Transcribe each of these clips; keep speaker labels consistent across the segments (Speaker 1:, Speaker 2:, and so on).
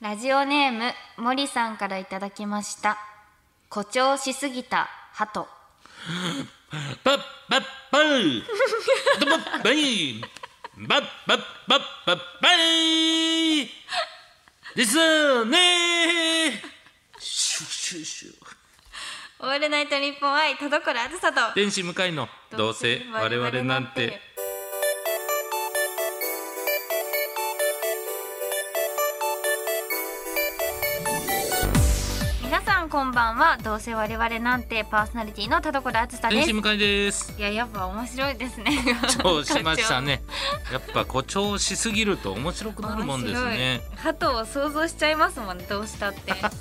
Speaker 1: ラジオネーム森さんからいただきました誇張しすぎた鳩
Speaker 2: パッパッパードバッバイバッバッバッバッバイですねシュシュシュ
Speaker 1: オールナイト日本愛田所あずさと
Speaker 2: 天使向かいのどうせ我々なんて
Speaker 1: 皆さんこんばんはどうせ我々なんてパーソナリティの田所あずさで
Speaker 2: 天
Speaker 1: す
Speaker 2: 使向かいです
Speaker 1: いややっぱ面白いですね
Speaker 2: そうしまし たねやっぱ誇張しすぎると面白くなるもんですね
Speaker 1: 面白い鳩を想像しちゃいますもんねどうしたって
Speaker 2: や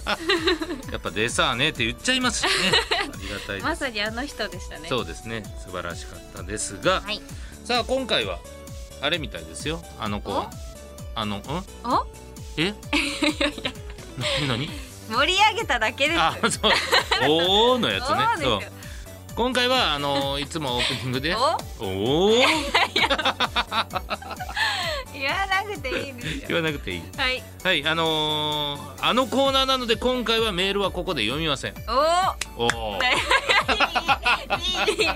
Speaker 2: っぱでさあねって言っちゃいますしねありがたいです、
Speaker 1: まさにあの人でしたね
Speaker 2: そうですね素晴らしかったですが、
Speaker 1: はい
Speaker 2: さあ今回はあれみたいですよあの子はあのん
Speaker 1: お
Speaker 2: えいやいや 何
Speaker 1: 盛り上げただけです
Speaker 2: あそうおーのやつね
Speaker 1: そ
Speaker 2: そうう
Speaker 1: ですよ
Speaker 2: 今回はあのいつもオープニングで
Speaker 1: お
Speaker 2: おおー
Speaker 1: 言わなくていいです
Speaker 2: 言
Speaker 1: よ
Speaker 2: わなくていい
Speaker 1: はい
Speaker 2: はいあのー、あのコーナーなので今回はメールはここで読みません
Speaker 1: お
Speaker 2: おお
Speaker 1: ーいいいいは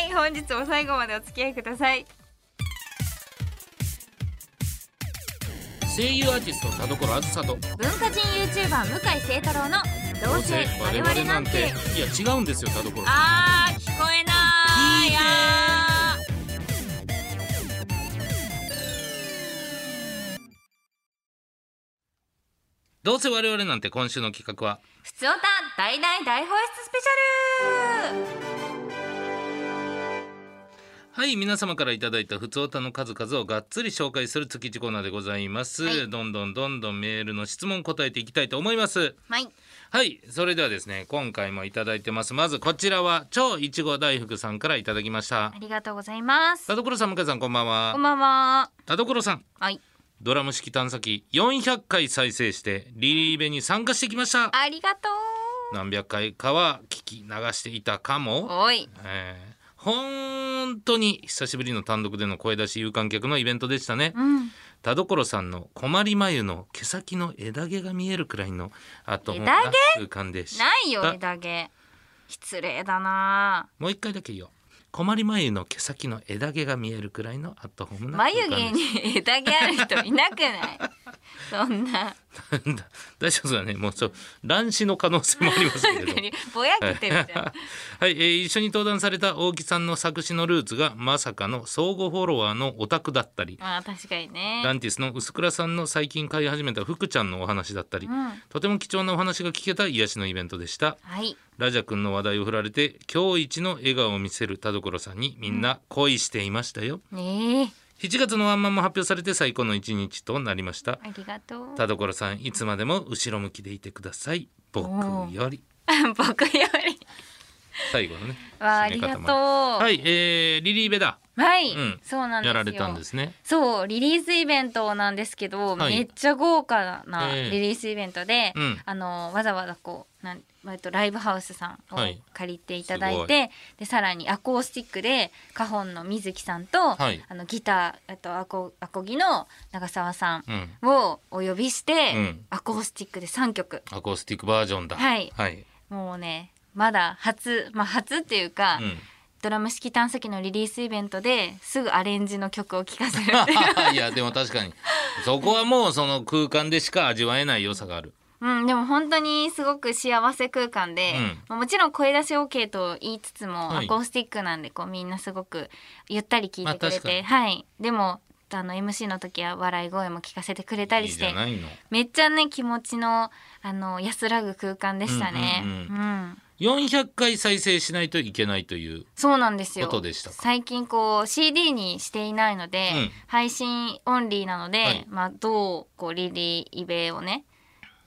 Speaker 1: い本日も最後までお付き合いください
Speaker 2: 声優アーティスト田所あずさと
Speaker 1: 文化人 YouTuber 向井聖太郎のどうせ我々なんて
Speaker 2: いや違うんですよ田所
Speaker 1: あー聞こえない
Speaker 2: いいね
Speaker 1: あー
Speaker 2: どうせ我々なんて今週の企画は
Speaker 1: ふつおた大大大放出スペシャル
Speaker 2: はい皆様からいただいた普通歌の数々をがっつり紹介する月一コーナーでございます、
Speaker 1: はい
Speaker 2: どんどんどんどんメールの質問答えていきたいと思います
Speaker 1: はい
Speaker 2: はいそれではですね今回もいただいてますまずこちらは超いちご大福さんからいただきました
Speaker 1: ありがとうございます
Speaker 2: 田所さん向井さんこんばんは
Speaker 1: こんばんは
Speaker 2: 田所さん
Speaker 1: はい
Speaker 2: ドラム式探査機400回再生してリリーベに参加してきました
Speaker 1: ありがとう
Speaker 2: 何百回かは聞き流していたかも
Speaker 1: おい
Speaker 2: えー本当に久しぶりの単独での声出し有観客のイベントでしたね、
Speaker 1: うん
Speaker 2: 田所さんの困り眉の毛先の枝毛が見えるくらいの後も
Speaker 1: 枝毛
Speaker 2: が浮かんでし
Speaker 1: ないよ
Speaker 2: あ
Speaker 1: 枝毛失礼だな
Speaker 2: もう一回だけ言おう困り眉の毛先の枝毛が見えるくらいのアットホームな空
Speaker 1: 眉
Speaker 2: 間
Speaker 1: 毛
Speaker 2: です
Speaker 1: に枝毛ある人いなく ないそんな
Speaker 2: 大丈夫だねもうそう乱視の可能性もありますけれど も
Speaker 1: ぼやけてるじゃん
Speaker 2: はい、えー一緒に登壇された大木さんの作詞のルーツがまさかの相互フォロワーのオタクだったり
Speaker 1: まあ確かに
Speaker 2: ラ
Speaker 1: ね
Speaker 2: ンティスの薄倉さんの最近飼い始めた福ちゃんのお話だったり、
Speaker 1: うん
Speaker 2: とても貴重なお話が聞けた癒しのイベントでした
Speaker 1: はい
Speaker 2: ラジャ君の話題を振られて今日一の笑顔を見せる田所さんにみんな恋していましたよ、
Speaker 1: ねえ
Speaker 2: 7月のワンマンも発表されて最高の一日となりました
Speaker 1: ありがとう
Speaker 2: 田所さんいつまでも後ろ向きでいてください僕より
Speaker 1: 僕より
Speaker 2: 最後のね
Speaker 1: わあありがとうは、
Speaker 2: はいい、えー、リリーベだうん
Speaker 1: そうなんですよ
Speaker 2: やられたんですね
Speaker 1: そうリリースイベントなんですけど、
Speaker 2: はい
Speaker 1: めっちゃ豪華な
Speaker 2: ええ
Speaker 1: リリースイベントで、
Speaker 2: うん
Speaker 1: あのわざわざこうなん割とライブハウスさんを
Speaker 2: はい
Speaker 1: 借りていただ
Speaker 2: すご
Speaker 1: い
Speaker 2: い
Speaker 1: て、でさらにアコースティックで花本の水木さんと、
Speaker 2: はい
Speaker 1: あのギターあとアコアコギの長澤さん
Speaker 2: うん
Speaker 1: をお呼びして、
Speaker 2: うん
Speaker 1: アコースティックで3曲
Speaker 2: アコースティックバージョンだ
Speaker 1: はい
Speaker 2: はい、
Speaker 1: もうねまだ初まあ初っていうか、ドラム式探査機のリリースイベントですぐアレンジの曲を聴かせる っていう
Speaker 2: うん、いやでも確かにそこはもうその空間でしか味わえない良さがある
Speaker 1: うん、でも本当にすごく幸せ空間で、
Speaker 2: うん
Speaker 1: まあもちろん声出し OK と言いつつも、
Speaker 2: はい
Speaker 1: アコースティックなんでこうみんなすごくゆったり聞いてくれ
Speaker 2: まあ確か
Speaker 1: て、
Speaker 2: に
Speaker 1: はいでもあの MC の時は笑い声も聞かせてくれたりして
Speaker 2: いいじゃないの
Speaker 1: めっちゃね気持ちのあの安らぐ空間でしたね。
Speaker 2: うんうん
Speaker 1: うん
Speaker 2: 400回再生しないといけないという
Speaker 1: そうなんですよ
Speaker 2: ことでしたか
Speaker 1: 最近こう CD にしていないので、
Speaker 2: うん
Speaker 1: 配信オンリーなので、
Speaker 2: はい
Speaker 1: まあ、どうこうリリーイベをね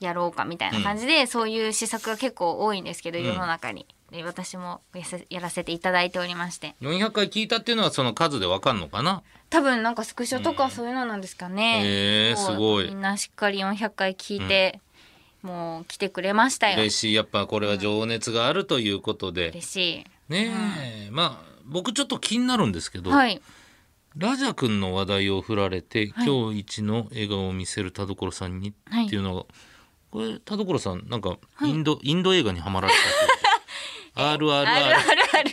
Speaker 1: やろうかみたいな感じで、そういう施策が結構多いんですけど
Speaker 2: うん
Speaker 1: 世の中に、で私もやせやらせていただいておりまして
Speaker 2: 400回聞いたっていうのはその数でわかんのかな
Speaker 1: 多分なんかスクショとかそういうのなんですかね、
Speaker 2: へえー、
Speaker 1: もう
Speaker 2: すご
Speaker 1: み
Speaker 2: い
Speaker 1: んなしっかり400回聞いて、もう来てくれましたよ
Speaker 2: 嬉しいやっぱこれは情熱があるということで
Speaker 1: 嬉し
Speaker 2: ねえまあ僕ちょっと気になるんですけ
Speaker 1: い
Speaker 2: ど、
Speaker 1: はい
Speaker 2: ラジャ君の話題を振られて、
Speaker 1: はい
Speaker 2: 今日一の笑顔を見せる田所さんに
Speaker 1: はい
Speaker 2: っていうのが、これ田所さんなんか
Speaker 1: い
Speaker 2: インド、インド映画にはまられ たという
Speaker 1: ある
Speaker 2: RRR
Speaker 1: あるある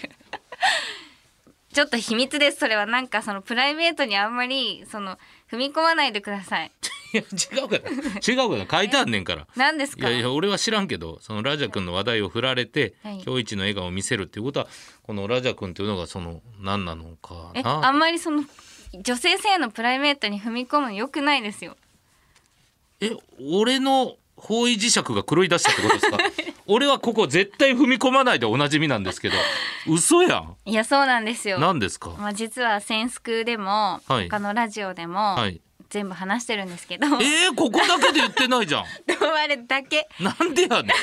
Speaker 1: ちょっと秘密ですそれはなんかそのプライベートにあんまりその踏み込まないでください
Speaker 2: いや違うから違うから書いてあんねんから。
Speaker 1: 何です
Speaker 2: い
Speaker 1: か
Speaker 2: やいや俺は知らんけどそのラジャ君の話題を振られて、
Speaker 1: はい
Speaker 2: 今日一の笑顔を見せるっていうことはこのラジャ君というのがその何なのか
Speaker 1: えあ
Speaker 2: なん
Speaker 1: まりその女性性のプライベートに踏み込むの良くないですよ
Speaker 2: え俺の方位磁石が狂い出したってこと ですか俺はここ絶対踏み込まないでおなじみな んですけど嘘やん
Speaker 1: いやそうなんですよ
Speaker 2: 何ですか
Speaker 1: まあ実はセンスクでも、
Speaker 2: はい
Speaker 1: 他のラジオでも、
Speaker 2: はい
Speaker 1: 全部話してるんですけど
Speaker 2: えー、ここだけで言ってないじゃん
Speaker 1: あれだけ
Speaker 2: なんでやね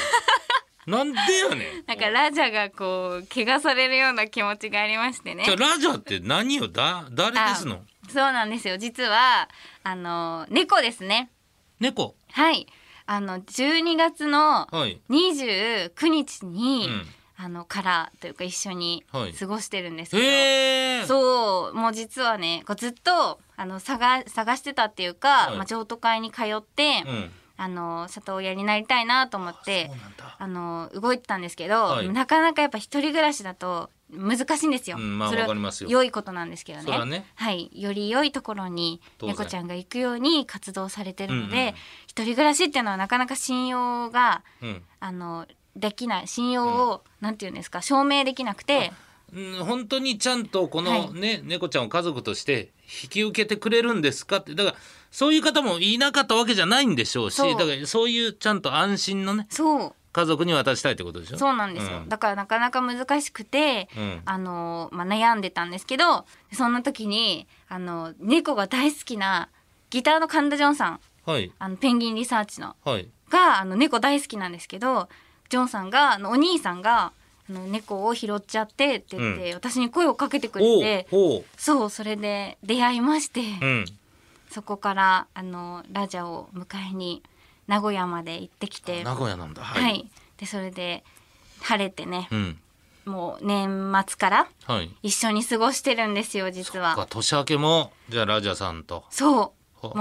Speaker 2: んなんでやねん
Speaker 1: なんかラジャがこう怪我されるような気持ちがありましてね
Speaker 2: じゃあラジャって何よだ誰ですの
Speaker 1: あそうなんですよ実はあの猫ですね
Speaker 2: 猫
Speaker 1: はいあの12月の
Speaker 2: はい
Speaker 1: 29日に、
Speaker 2: うん
Speaker 1: あのからというか一緒に
Speaker 2: はい
Speaker 1: 過ごしてるんですけど、
Speaker 2: えー、
Speaker 1: そうもう実はねこうずっとあの探探してたっていうか、
Speaker 2: はい
Speaker 1: まあ、譲渡会に通って、
Speaker 2: うん
Speaker 1: あの里親になりたいなと思って
Speaker 2: そうなんだ
Speaker 1: あの動いてたんですけど、
Speaker 2: はい
Speaker 1: なかなかやっぱ一人暮らしだと難しいんですよ。
Speaker 2: うんまあ
Speaker 1: それは
Speaker 2: わかりますよ
Speaker 1: 良いことなんですけどね
Speaker 2: それはね
Speaker 1: はい、より良いところに
Speaker 2: 当然
Speaker 1: 猫ちゃんが行くように活動されてるので、
Speaker 2: うんうん
Speaker 1: 一人暮らしっていうのはなかなか信用が
Speaker 2: うん
Speaker 1: あのできない信用を、なんていうんですか証明できなくて。
Speaker 2: うん本当にちゃんとこ
Speaker 1: は
Speaker 2: の
Speaker 1: い
Speaker 2: ね、猫ちゃんを家族として引き受けてくれるんですかってだからそういう方もいなかったわけじゃないんでしょうし
Speaker 1: そう
Speaker 2: だからそういうちゃんと安心のね
Speaker 1: そう
Speaker 2: 家族に渡したいってことでしょ
Speaker 1: そうなんですよ、
Speaker 2: ん
Speaker 1: だからなかなか難しくて、
Speaker 2: うん
Speaker 1: あのまあ、悩んでたんですけどそんな時にあの猫が大好きなギターの神田ジョンさん
Speaker 2: はい
Speaker 1: あのペンギンリサーチの
Speaker 2: はい
Speaker 1: があの猫大好きなんですけどジョンさんがあのお兄さんがあの猫を拾っちゃってって言って、私に声をかけてくれ
Speaker 2: おう
Speaker 1: て
Speaker 2: おう
Speaker 1: そうそれで出会いまして、
Speaker 2: うん
Speaker 1: そこからあのラジャを迎えに名古屋まで行ってきて、
Speaker 2: 名古屋なんだは、
Speaker 1: はいでそれで晴れてね、
Speaker 2: うん
Speaker 1: もう年末から
Speaker 2: はい
Speaker 1: 一緒に過ごしてるんですよ実
Speaker 2: そっ
Speaker 1: は
Speaker 2: か年明けもじゃあラジャさんと
Speaker 1: そう
Speaker 2: はあ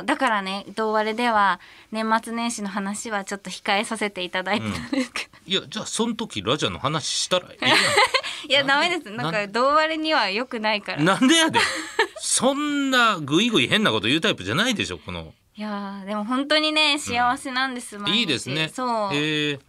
Speaker 1: もうだからね「どうわれ」では年末年始の話はちょっと控えさせていただいてたんですけど、
Speaker 2: いやじゃあその時ラジャの話したらえ
Speaker 1: い
Speaker 2: え
Speaker 1: やダ
Speaker 2: なんで
Speaker 1: メですなん
Speaker 2: な
Speaker 1: か「どうわれ」には良くないか
Speaker 2: やん
Speaker 1: ら
Speaker 2: なんでやでそんなぐいぐい変なこと言うタイプじゃないでしょこの
Speaker 1: いやーでも本当にね幸せなんです、毎日
Speaker 2: いいですね
Speaker 1: そう、
Speaker 2: へえ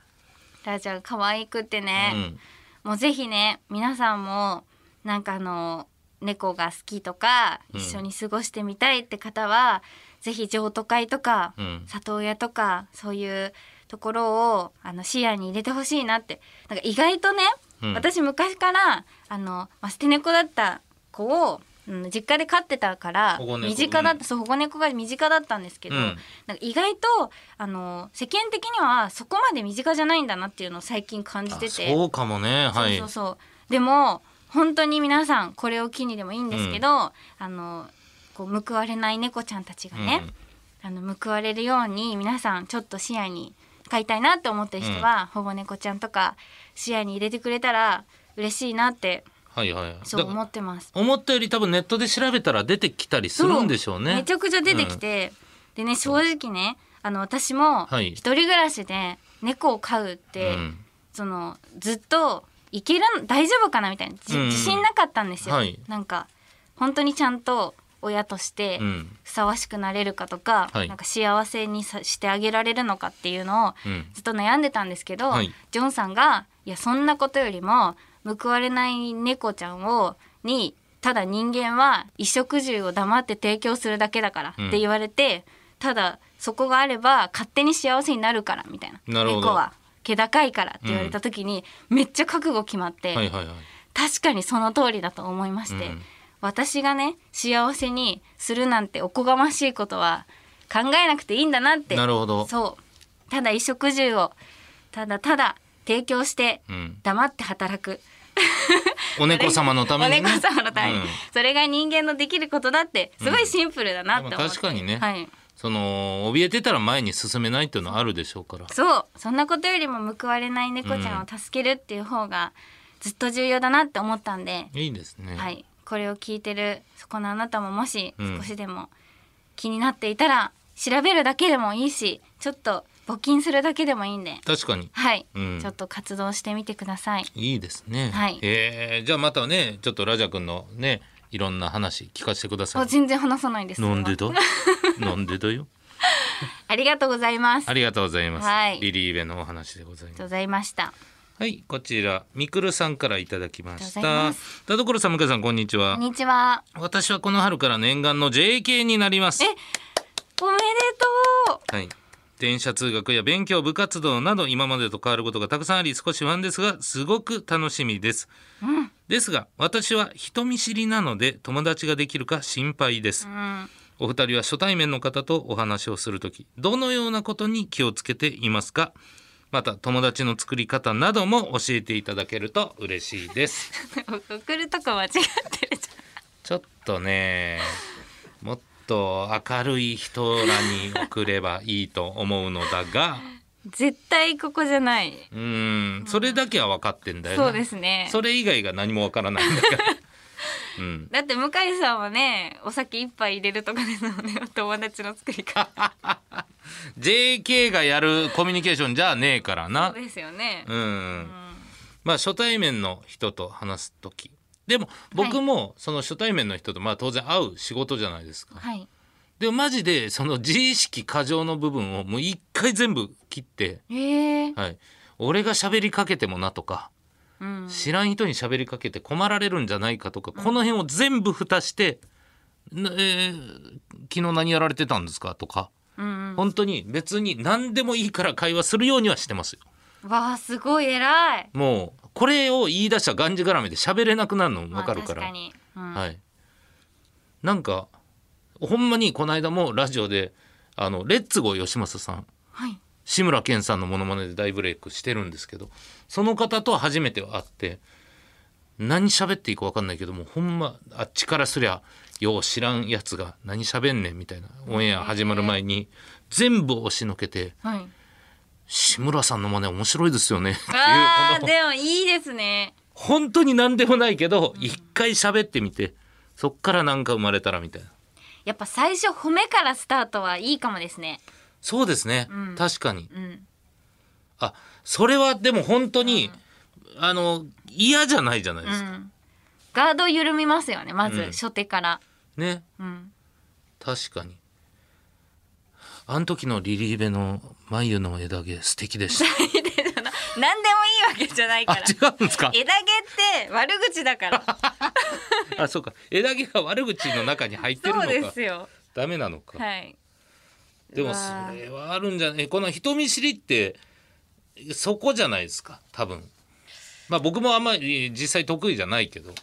Speaker 1: ラジャー可愛くて
Speaker 2: う
Speaker 1: ね、
Speaker 2: ん
Speaker 1: もうぜひね皆さんもなんかあの猫が好きとか
Speaker 2: うん
Speaker 1: 一緒に過ごしてみたいって方は、ぜひ譲渡会とか、
Speaker 2: うん
Speaker 1: 里親とかそういうところをあの視野に入れてほしいなってなんか意外とね、
Speaker 2: うん
Speaker 1: 私昔からあの、まあ、捨て猫だった子を、うん、実家で飼ってたから
Speaker 2: 保護猫
Speaker 1: 身近だった、
Speaker 2: う
Speaker 1: そう保護猫が身近だったんですけど、
Speaker 2: うん
Speaker 1: なんか意外とあの世間的にはそこまで身近じゃないんだなっていうのを最近感じてて。
Speaker 2: あそうかもねはい
Speaker 1: そうそうそうでも本当に皆さんこれを機にでもいいんですけど、あのこう報われない猫ちゃんたちがね、あの報われるように皆さんちょっと視野に飼いたいなって思ってる人は、保護猫ちゃんとか視野に入れてくれたら嬉しいなって
Speaker 2: はいはい
Speaker 1: そう思
Speaker 2: だ
Speaker 1: ってます。
Speaker 2: 思ったより多分ネットで調べたら出てきたりするんでしょうね
Speaker 1: そうめちゃくちゃ出てき、て、でね正直ねあの私も
Speaker 2: はい
Speaker 1: 一人暮らしで猫を飼うっ
Speaker 2: うん
Speaker 1: て、そのずっといけるん大丈夫かなみたいなじ
Speaker 2: うん
Speaker 1: 自信なかったんですよ、
Speaker 2: はい
Speaker 1: なんか本当にちゃんと親として
Speaker 2: うんうん
Speaker 1: ふさわしくなれるかとか,、
Speaker 2: はい
Speaker 1: なんか幸せにさしてあげられるのかっていうのを
Speaker 2: うん
Speaker 1: ずっと悩んでたんですけど、
Speaker 2: はい
Speaker 1: ジョンさんがいやそんなことよりも報われない猫ちゃんをにただ人間は衣食住を黙って提供するだけだから
Speaker 2: うん
Speaker 1: って言われて、ただそこがあれば勝手に幸せになるからみたいな
Speaker 2: なるほど
Speaker 1: 猫は気高いからって言われた時に、めっちゃ覚悟決まって、
Speaker 2: はいはいはい
Speaker 1: 確かにその通りだと思いまして、
Speaker 2: うん
Speaker 1: 私がね幸せにするなんておこがましいことは考えなくていいんだなって
Speaker 2: なるほど
Speaker 1: そうただ衣食住をただただ提供して
Speaker 2: うん
Speaker 1: 黙って働く、
Speaker 2: お猫様のために、ね、
Speaker 1: お猫様のために、
Speaker 2: うん
Speaker 1: それが人間のできることだってすごいシンプルだなって思って、
Speaker 2: でも確かにね
Speaker 1: はい、
Speaker 2: その怯えてたら前に進めないっていうのはあるでしょうから
Speaker 1: そうそんなことよりも報われない猫ちゃんを助けるっていう方がずっと重要だなって思ったんで、
Speaker 2: いいですね、
Speaker 1: はいこれを聞いてるそこのあなたももし
Speaker 2: うん
Speaker 1: 少しでも気になっていたら調べるだけでもいいしちょっと募金するだけでもいいんで
Speaker 2: 確かに
Speaker 1: はい、
Speaker 2: うん
Speaker 1: ちょっと活動してみてください
Speaker 2: いいですね。
Speaker 1: はい
Speaker 2: えーじゃあまたねちょっとラジャ君のねいろんな話聞かせてくださ
Speaker 1: あ
Speaker 2: い。
Speaker 1: 全然話さないです
Speaker 2: なんでだなんでだよ。
Speaker 1: ありがとうございます
Speaker 2: あ
Speaker 1: あり
Speaker 2: りがとうございます。
Speaker 1: はい
Speaker 2: リリーベのお話でござ
Speaker 1: が
Speaker 2: います
Speaker 1: とう。ございました
Speaker 2: はい、こちら、みくるさんからいただきまし
Speaker 1: ありがとうござい
Speaker 2: た
Speaker 1: ま。
Speaker 2: 田所さん、向井さん、こんにち
Speaker 1: こ
Speaker 2: は
Speaker 1: ん。にちは
Speaker 2: 私はこの春から念願の JK になります。
Speaker 1: おめでとう
Speaker 2: はい。電車通学や勉強、部活動など今までと変わることがたくさんあり少し不安ですがすごく楽しみです、ですが私は人見知りなので友達ができるか心配です、
Speaker 1: うん
Speaker 2: お二人は初対面の方とお話をするときどのようなことに気をつけていますかまた友達の作り方なども教えていただけると嬉しいです
Speaker 1: 送るとこ間違ってるじ
Speaker 2: ちょっとねもっと明るい人らに送ればいいと思うのだが
Speaker 1: ゃん絶対ここじゃない、
Speaker 2: うーんそれだけは分かってんだよな
Speaker 1: そうですね
Speaker 2: それ以外が何も分からないんだからうん
Speaker 1: だって向井さんはねお酒一杯入れるとかですも んねお友達の作り方
Speaker 2: JK がやるコミュニケーションじゃねえからな
Speaker 1: そうですよね、
Speaker 2: うん、まあ初対面の人と話す時でも僕もその初対面の人とまあ当然会う仕事じゃないですか、
Speaker 1: はい
Speaker 2: でもマジでその自意識過剰の部分をもう一回全部切って、
Speaker 1: えー、
Speaker 2: はい、俺が喋りかけてもなとか
Speaker 1: うん
Speaker 2: 知らん人に喋りかけて困られるんじゃないかとか、この辺を全部蓋して「なえー昨日何やられてたんですか?」とか
Speaker 1: うん
Speaker 2: 本当に別に何でもいいから会話するようにはしてますよ。
Speaker 1: うんわあすごい偉い
Speaker 2: もうこれを言い出したらがんじがらめで喋れなくなるの分かるから、
Speaker 1: まあ確かに、うん
Speaker 2: はい、なんかほんまにこの間もラジオであのレッツゴー吉正さん
Speaker 1: はい
Speaker 2: 志村けんさんのモノマネで大ブレイクしてるんですけどその方と初めて会って何喋っていいか分かんないけどもうほんまあっちからすりゃよう知らんやつが何喋んねんみたいなオンエア始まる前に全部押しのけて
Speaker 1: はい
Speaker 2: 「志村さんのマネ面白いですよね」っていう
Speaker 1: あ
Speaker 2: こ
Speaker 1: ー
Speaker 2: の
Speaker 1: でもいいですね
Speaker 2: 本当に何でもないけど一回喋ってみてそっから何か生まれたらみたいな
Speaker 1: やっぱ最初褒めからスタートはいいかもですね
Speaker 2: そうですね、
Speaker 1: うん
Speaker 2: 確かに
Speaker 1: うん
Speaker 2: あそれはでも本当に、あの嫌じゃないじゃないうですか、
Speaker 1: んガード緩みますよねまず、
Speaker 2: うん
Speaker 1: 初手から
Speaker 2: ね
Speaker 1: うん
Speaker 2: 確かにあの時のリリーベの眉の枝毛素敵でした
Speaker 1: 何でもいいわけじゃないか
Speaker 2: あ
Speaker 1: ら
Speaker 2: 違うんですか
Speaker 1: 枝毛って悪口だから
Speaker 2: あそうか枝毛が悪口の中に入ってるの
Speaker 1: そうで
Speaker 2: か
Speaker 1: すよ
Speaker 2: ダメなのか、
Speaker 1: はい
Speaker 2: でもそれはあるんじゃないこの人見知りってそこじゃないですか多分まあ僕もあんまり実際得意じゃないけど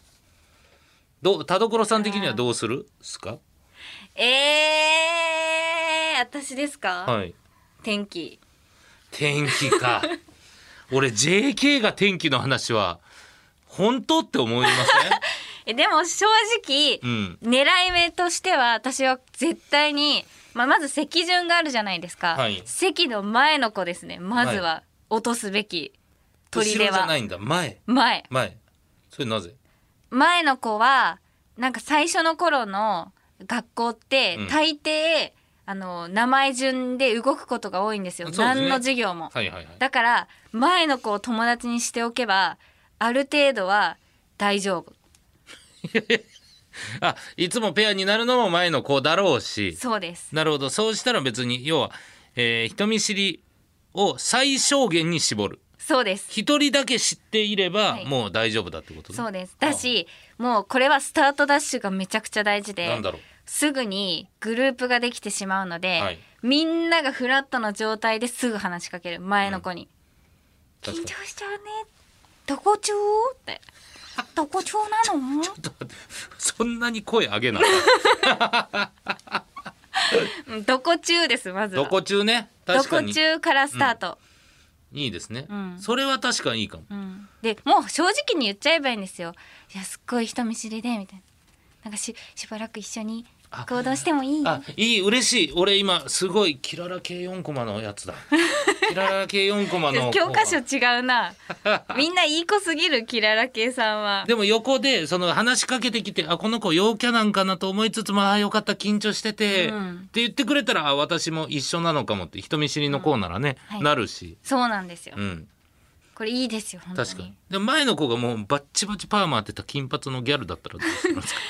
Speaker 2: どう田所さん的にはどうするっすか
Speaker 1: えー、私ですか、
Speaker 2: はい
Speaker 1: 天気
Speaker 2: 天気か俺 JK が天気の話は本当って思いま
Speaker 1: えでも正直、
Speaker 2: せん、うん
Speaker 1: 狙い目としては私は絶対に、まあ、まず席順があるじゃないですか、
Speaker 2: はい
Speaker 1: 席の前の子ですねまずは落とすべき鳥
Speaker 2: 後
Speaker 1: で
Speaker 2: ろじゃな
Speaker 1: はい
Speaker 2: んだ前
Speaker 1: 前
Speaker 2: 前それなぜ
Speaker 1: 前の子はなんか最初の頃の学校って
Speaker 2: うん
Speaker 1: 大抵、あの名前順で動くことが多いんですよ
Speaker 2: そうですね
Speaker 1: 何の授業も。
Speaker 2: はいはいはい
Speaker 1: だから前の子を友達にしておけばある程度は大丈夫
Speaker 2: あいつもペアになるのも前の子だろうし
Speaker 1: そうです
Speaker 2: なるほどそうしたら別に要は、えー人見知りを最小限に絞る
Speaker 1: そうです
Speaker 2: 一人だけ知っていれば、
Speaker 1: はい
Speaker 2: もう大丈夫だってことね
Speaker 1: そうですだしもうこれはスタートダッシュがめちゃくちゃ大事
Speaker 2: な
Speaker 1: で
Speaker 2: んだろう
Speaker 1: すぐにグループができてしまうので、
Speaker 2: はい
Speaker 1: みんながフラットの状態ですぐ話しかける前の子に「
Speaker 2: 確
Speaker 1: 緊
Speaker 2: か
Speaker 1: 張しちゃうねどこ中?」って「どこ中なの?」
Speaker 2: にちょっと待って そんなに声 上げない
Speaker 1: うん「 どこ中?」ですまずは
Speaker 2: どこ中ね
Speaker 1: ど
Speaker 2: 確か
Speaker 1: こ
Speaker 2: に
Speaker 1: 中からスタート、
Speaker 2: いいですね、
Speaker 1: ん
Speaker 2: それは確かにいいかも
Speaker 1: うんでもう正直に言っちゃえばいいんですよ「いやすっごい人見知りで」みたいななんかししばらく一緒に行動してもいい
Speaker 2: あいい嬉しい俺今すごいキララ系4コマのやつだキララ系四コマの
Speaker 1: 教科書違う なみんないい子すぎるキララ系さんは
Speaker 2: でも横でその話しかけてきてあこの子陽キャなんかなと思いつつもああよかった緊張してて、
Speaker 1: うん
Speaker 2: って言ってくれたらあ私も一緒なのかもって人見知りの子ならね、
Speaker 1: うんはい
Speaker 2: なるし、
Speaker 1: そうなんですよ
Speaker 2: うん、
Speaker 1: これいいですよ本当に
Speaker 2: 確かにでも前の子がもうバッチバチパーマ当てた金髪のギャルだったらどうするんで すか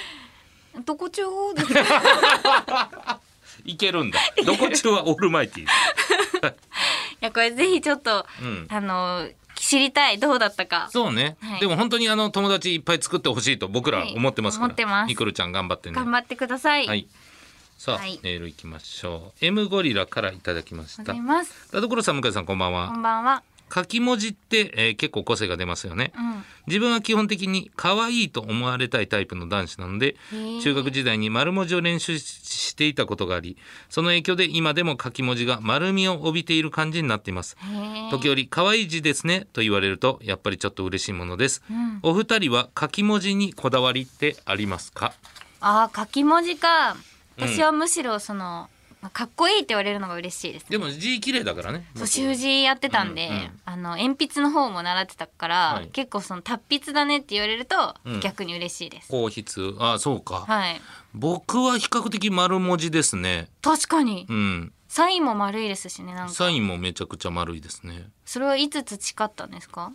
Speaker 1: どこ中央です
Speaker 2: いけるんだどこ中はオールマイティ
Speaker 1: い
Speaker 2: ー、
Speaker 1: やこれぜひちょっと
Speaker 2: うん、
Speaker 1: あの知りたいどうだったか
Speaker 2: そうね、
Speaker 1: はい
Speaker 2: でも本当にあの友達いっぱい作ってほしいと僕ら思ってますから、
Speaker 1: はい思ってます
Speaker 2: ニコルちゃん頑張ってね
Speaker 1: 頑張ってください、
Speaker 2: は
Speaker 1: あり
Speaker 2: いさあ、
Speaker 1: はい
Speaker 2: メールいきましょう M ゴリラからいただきまし
Speaker 1: がとう
Speaker 2: た
Speaker 1: ございます
Speaker 2: 田所さん向井さんこんばん
Speaker 1: こ
Speaker 2: は
Speaker 1: んばんは
Speaker 2: 書き文字って、えー結構個性が出ますよね
Speaker 1: うん
Speaker 2: 自分は基本的に可愛いと思われたいタイプの男子なので
Speaker 1: へー
Speaker 2: 中学時代に丸文字を練習ししていたことがありその影響で今でも書き文字が丸みを帯びている感じになっています
Speaker 1: へー
Speaker 2: 時折可愛い字ですねと言われるとやっぱりちょっと嬉しいものです、
Speaker 1: ん
Speaker 2: お二人は書き文字にこだわりってありますか
Speaker 1: あー書き文字か私はむしろその、まあかっこいいって言われるのが嬉しいです
Speaker 2: でも字綺麗だからね
Speaker 1: そう習字やってたんで、
Speaker 2: うんうん
Speaker 1: あの鉛筆の方も習ってたから、
Speaker 2: はい
Speaker 1: 結構その達筆だねって言われると
Speaker 2: うん
Speaker 1: 逆に嬉しいです、
Speaker 2: 硬筆あそうか、
Speaker 1: はい
Speaker 2: 僕は比較的丸文字ですね
Speaker 1: 確かに、
Speaker 2: うん
Speaker 1: サインも丸いですしねなんか
Speaker 2: サインもめちゃくちゃ丸いですね
Speaker 1: それはいつつ誓ったんですか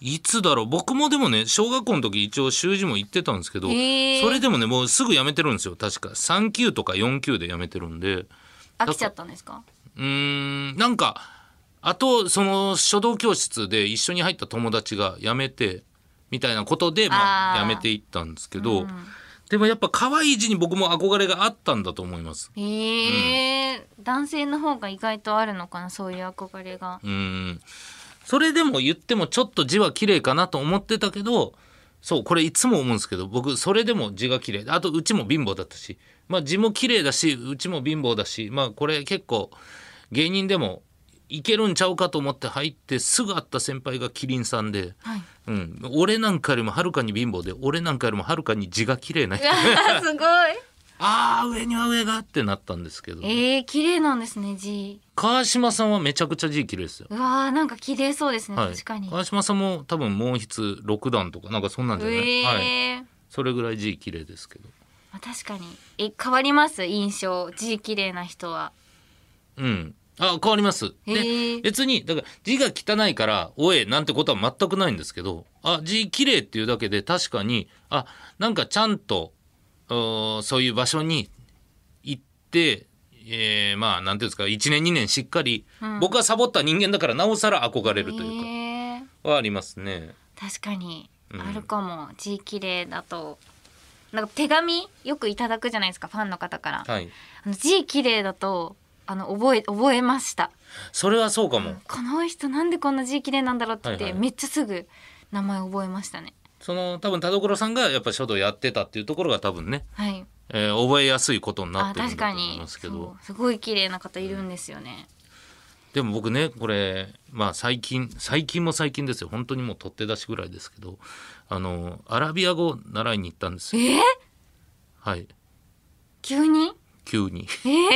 Speaker 2: いつだろう僕もでもね小学校の時一応習字も行ってたんですけど、
Speaker 1: へー
Speaker 2: それでもねもうすぐやめてるんですよ確か3級とか4級でやめてるんで
Speaker 1: 飽きちゃったんですか
Speaker 2: うーんなんかあとその書道教室で一緒に入った友達が辞めてみたいなことでまあ
Speaker 1: あー
Speaker 2: 辞めていったんですけど、でもやっぱ可愛い字に僕も憧れがあったんだと思います。
Speaker 1: へえー男性の方が意外とあるのかなそういう憧れが
Speaker 2: うーんそれでも言ってもちょっと字は綺麗かなと思ってたけどそうこれいつも思うんですけど僕それでも字が綺麗であとうちも貧乏だったし、まあ、字も綺麗だしうちも貧乏だし、まあ、これ結構芸人でもいけるんちゃうかと思って入ってすぐ会った先輩がキリンさんで、
Speaker 1: はい
Speaker 2: うん、俺なんかよりもはるかに貧乏で俺なんかよりもはるかに字が綺麗な人
Speaker 1: すごい
Speaker 2: あー上には上がってなったんですけど、
Speaker 1: えー、綺麗なんですね字
Speaker 2: 川島さんはめちゃくちゃ字綺麗ですよ。
Speaker 1: うわーなんか綺麗そうですね、
Speaker 2: はい、
Speaker 1: 確かに
Speaker 2: 川島さんも多分毛筆六段とかなんかそんなんじゃない、
Speaker 1: え
Speaker 2: はい、
Speaker 1: ー
Speaker 2: それぐらい字綺麗ですけど
Speaker 1: まあ、確かにえ変わります印象字綺麗な人は
Speaker 2: うんあ変わります
Speaker 1: へ
Speaker 2: で
Speaker 1: ー
Speaker 2: 別にだから字が汚いから「おえ」なんてことは全くないんですけどあ字綺麗っていうだけで確かにあなんかちゃんとうーそういう場所に行って、えーまあなんていうんですか1年2年しっかり、
Speaker 1: ん
Speaker 2: 僕はサボった人間だからなおさら憧れるという
Speaker 1: へー
Speaker 2: かはありますね。
Speaker 1: 確かに
Speaker 2: うん
Speaker 1: あるかも、字綺麗だとなんか手紙よくいただくじゃないですかファンの方から、
Speaker 2: はい、
Speaker 1: あの字綺麗だとあの覚え覚えました
Speaker 2: それはそうかも、
Speaker 1: この人なんでこんな字綺麗なんだろうって言って、
Speaker 2: はいはい
Speaker 1: めっちゃすぐ名前覚えましたね
Speaker 2: その多分田所さんがやっぱ書道やってたっていうところが多分ね、
Speaker 1: はい
Speaker 2: えー覚えやすいことにな
Speaker 1: あ
Speaker 2: ってるん
Speaker 1: 確
Speaker 2: だ
Speaker 1: か
Speaker 2: と思い
Speaker 1: に
Speaker 2: ますけ
Speaker 1: そ
Speaker 2: ど
Speaker 1: うすごい綺麗な方いるんですよね、
Speaker 2: でも僕ねこれまあ最近最近も最近ですよ本当にもう取って出しぐらいですけどあのアラビア語習いに行ったんですよ
Speaker 1: えー、
Speaker 2: はい
Speaker 1: 急に
Speaker 2: 急に
Speaker 1: えー、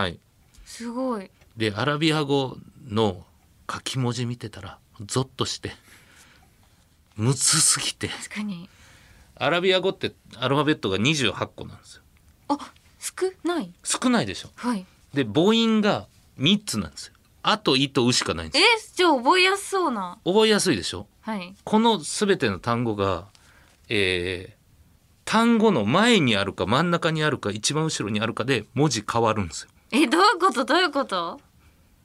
Speaker 2: はい
Speaker 1: すごい
Speaker 2: でアラビア語の書き文字見てたらゾッとしてむずすぎて
Speaker 1: 確かに
Speaker 2: アラビア語ってアルファベットが28個なんですよ
Speaker 1: あ少ない
Speaker 2: 少ないでしょ
Speaker 1: はい
Speaker 2: で母音が3つなんですよあと「い」と「う」しかないんです
Speaker 1: え
Speaker 2: よ
Speaker 1: じゃあ覚えやすそうな
Speaker 2: 覚えやすいでしょ
Speaker 1: はい
Speaker 2: この全ての単語が、えー単語の前にあるか真ん中にあるか一番後ろにあるかで文字変わるんですよ
Speaker 1: えどういうことどういうこと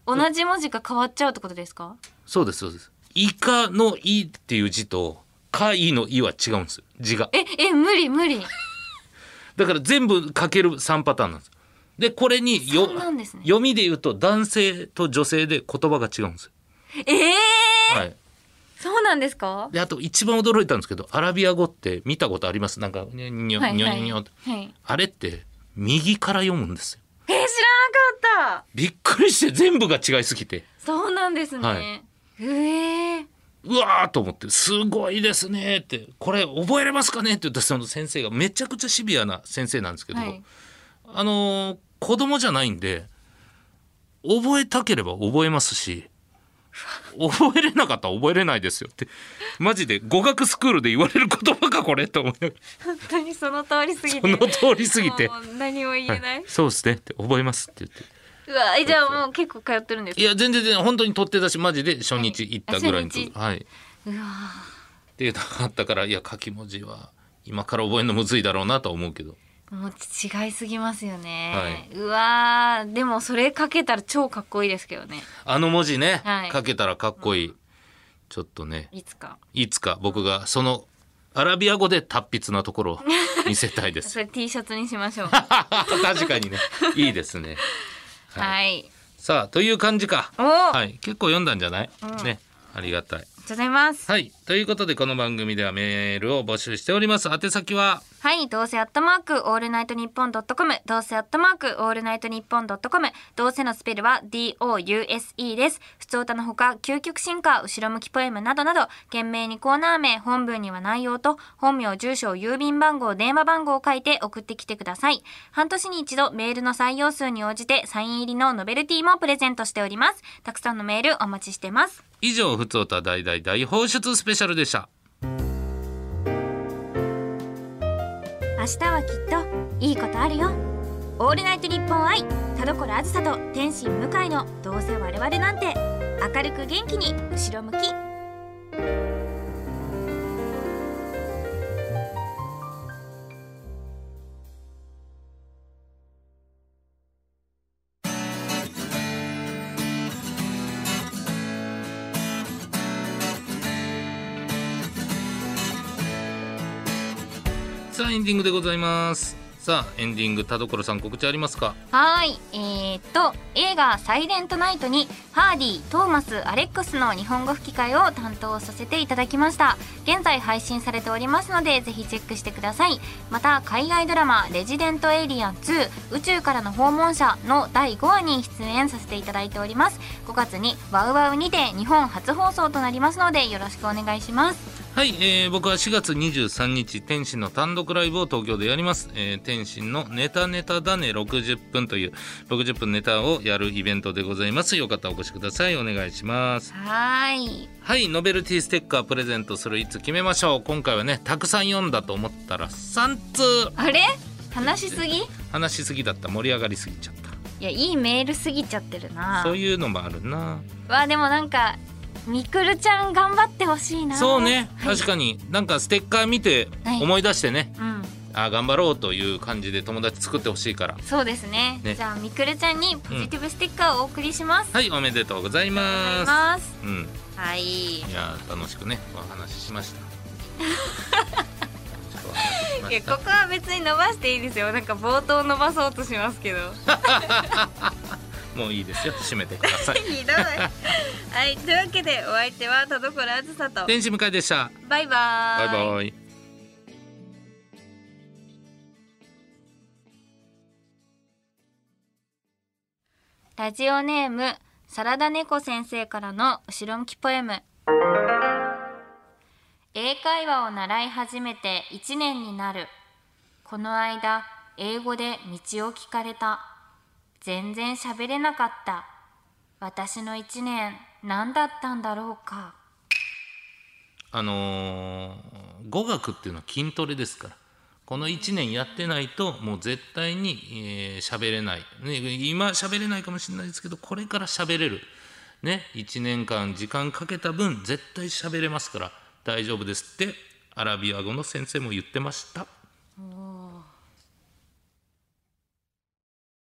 Speaker 1: 同じ文字が変わっちゃうってことですか
Speaker 2: そうですそうです「イカ」の「イ」っていう字と「カイ」の「イ」は違うんですよ字が
Speaker 1: ええ無理無理
Speaker 2: だから全部かける3パターンなんですよでこれによ
Speaker 1: そうなんですね
Speaker 2: 読みで言うと男性と女性で言葉が違うんですよ、
Speaker 1: ええ
Speaker 2: はい、
Speaker 1: そうなんですか
Speaker 2: であと一番驚いたんですけどアラビア語って見たことありますなんかにょにょ
Speaker 1: はい
Speaker 2: にょ
Speaker 1: はい
Speaker 2: にょって
Speaker 1: はい
Speaker 2: あれって右から読むんですよ
Speaker 1: え知らなかった
Speaker 2: びっくりして全部が違いすぎて
Speaker 1: そうなんですね、
Speaker 2: はい
Speaker 1: ええ
Speaker 2: うわーと思って「すごいですね」って「これ覚えれますかね?」って言ったその先生がめちゃくちゃシビアな先生なんですけど、
Speaker 1: はい
Speaker 2: あのー子供じゃないんで覚えたければ覚えますし覚えれなかったら覚えれないですよってマジで語学スクールで言われる言葉かこれと思い ながら
Speaker 1: 本当にその通りすぎ
Speaker 2: こ
Speaker 1: て
Speaker 2: の通り過ぎて
Speaker 1: もう何も言えない、
Speaker 2: はいそうですねって覚えますって言って
Speaker 1: うわえじゃあもう結構通ってるんですか
Speaker 2: いや全然全然本当に取って出しマジで初日行ったぐらいの時はい、っ
Speaker 1: うわ
Speaker 2: ていうのがあったからいや書き文字は今から覚えるのむずいだろうなとは思うけど
Speaker 1: もう違いすぎますよね、
Speaker 2: は
Speaker 1: うわでもそれかけたら超かっこいいですけどね
Speaker 2: あの文字ね、
Speaker 1: はい
Speaker 2: 書けたらかっこいい、ちょっとね
Speaker 1: いつか
Speaker 2: いつか僕がそのアラビア語で達筆なところを見せた いです
Speaker 1: それ T シャツにしましょうは
Speaker 2: 確かにねいいですね
Speaker 1: い、
Speaker 2: はいさあという感じか
Speaker 1: おー、あ
Speaker 2: はい結構読んだんじゃない、
Speaker 1: うん
Speaker 2: ねありがたい
Speaker 1: りがとうございます
Speaker 2: はいということでこの番組ではメールを募集しております宛先は
Speaker 1: はい、どうせアットマークオールナイトニッポンドットコム、どうせアットマークオールナイトニッポンドットコム、どうせのスペルは D-O-U-S-E です。普通歌のほか、究極進化、後ろ向きポエムなどなど、懸命にコーナー名、本文には内容と、本名、住所、郵便番号、電話番号を書いて送ってきてください。半年に一度、メールの採用数に応じて、サイン入りのノベルティもプレゼントしております。たくさんのメールお待ちしてます。
Speaker 2: 以上「ふつおた大大大放出スペシャル」でした
Speaker 1: 明日はきっといいことあるよオールナイトニッポン愛田所あずさと天心向井のどうせ我々なんて明るく元気に後ろ向き
Speaker 2: さあエンディングでございますさあエンディング田所さん告知ありますか
Speaker 1: はいえー、っと映画「サイレントナイト」にハーディトーマスアレックスの日本語吹き替えを担当させていただきました現在配信されておりますのでぜひチェックしてくださいまた海外ドラマ「レジデント・エイリアン2宇宙からの訪問者」の第5話に出演させていただいております5月に「ワウワウ」にて日本初放送となりますのでよろしくお願いします
Speaker 2: はい、えー僕は4月23日天心の単独ライブを東京でやります、えー天心のネタネタだね60分という60分ネタをやるイベントでございますよかったらお越しくださいお願いします
Speaker 1: はい
Speaker 2: はいノベルティステッカープレゼントするいつ決めましょう今回はねたくさん読んだと思ったら3通
Speaker 1: あれ話しすぎい
Speaker 2: 話しすぎだった盛り上がりすぎちゃっ
Speaker 1: やいいメールすぎちゃってる
Speaker 2: た
Speaker 1: な
Speaker 2: そういうのもあるな
Speaker 1: わあでもなんかみくるちゃん頑張ってほしいな
Speaker 2: そうね
Speaker 1: はい
Speaker 2: 確かになんかステッカー見て
Speaker 1: はい
Speaker 2: 思い出してね、
Speaker 1: うん
Speaker 2: あ頑張ろうという感じで友達作ってほしいから
Speaker 1: そうですね
Speaker 2: ね
Speaker 1: じゃあみくるちゃんにポジティブステッカーをお送りします、
Speaker 2: はいおめでとうござい
Speaker 1: ありがとうござい
Speaker 2: ま
Speaker 1: ま
Speaker 2: す
Speaker 1: す
Speaker 2: うん
Speaker 1: はい
Speaker 2: いやー楽しくねお話ししました ちょっとお話ししま
Speaker 1: いや
Speaker 2: し
Speaker 1: こ
Speaker 2: た
Speaker 1: こは別に伸ばしていいですよなんか冒頭伸ばそうとしますけど
Speaker 2: もういいですよ締めてください
Speaker 1: ひどいはいというわけでお相手は田所あずさと
Speaker 2: 天使向井でした
Speaker 1: バイバ
Speaker 2: バ
Speaker 1: ー
Speaker 2: イバイ
Speaker 1: ラジオネームサラダ猫先生からの後ろ向きポエム英会話を習い始めて1年になるこの間英語で道を聞かれた全然喋れなかった私の1年何だったんだろうか
Speaker 2: あのー語学っていうのは筋トレですからこの1年やってないともう絶対にえー喋、れない、ね、今喋れないかもしれないですけどこれから喋れる、ね、1年間時間かけた分絶対喋れますから大丈夫ですってアラビア語の先生も言ってました。
Speaker 1: おー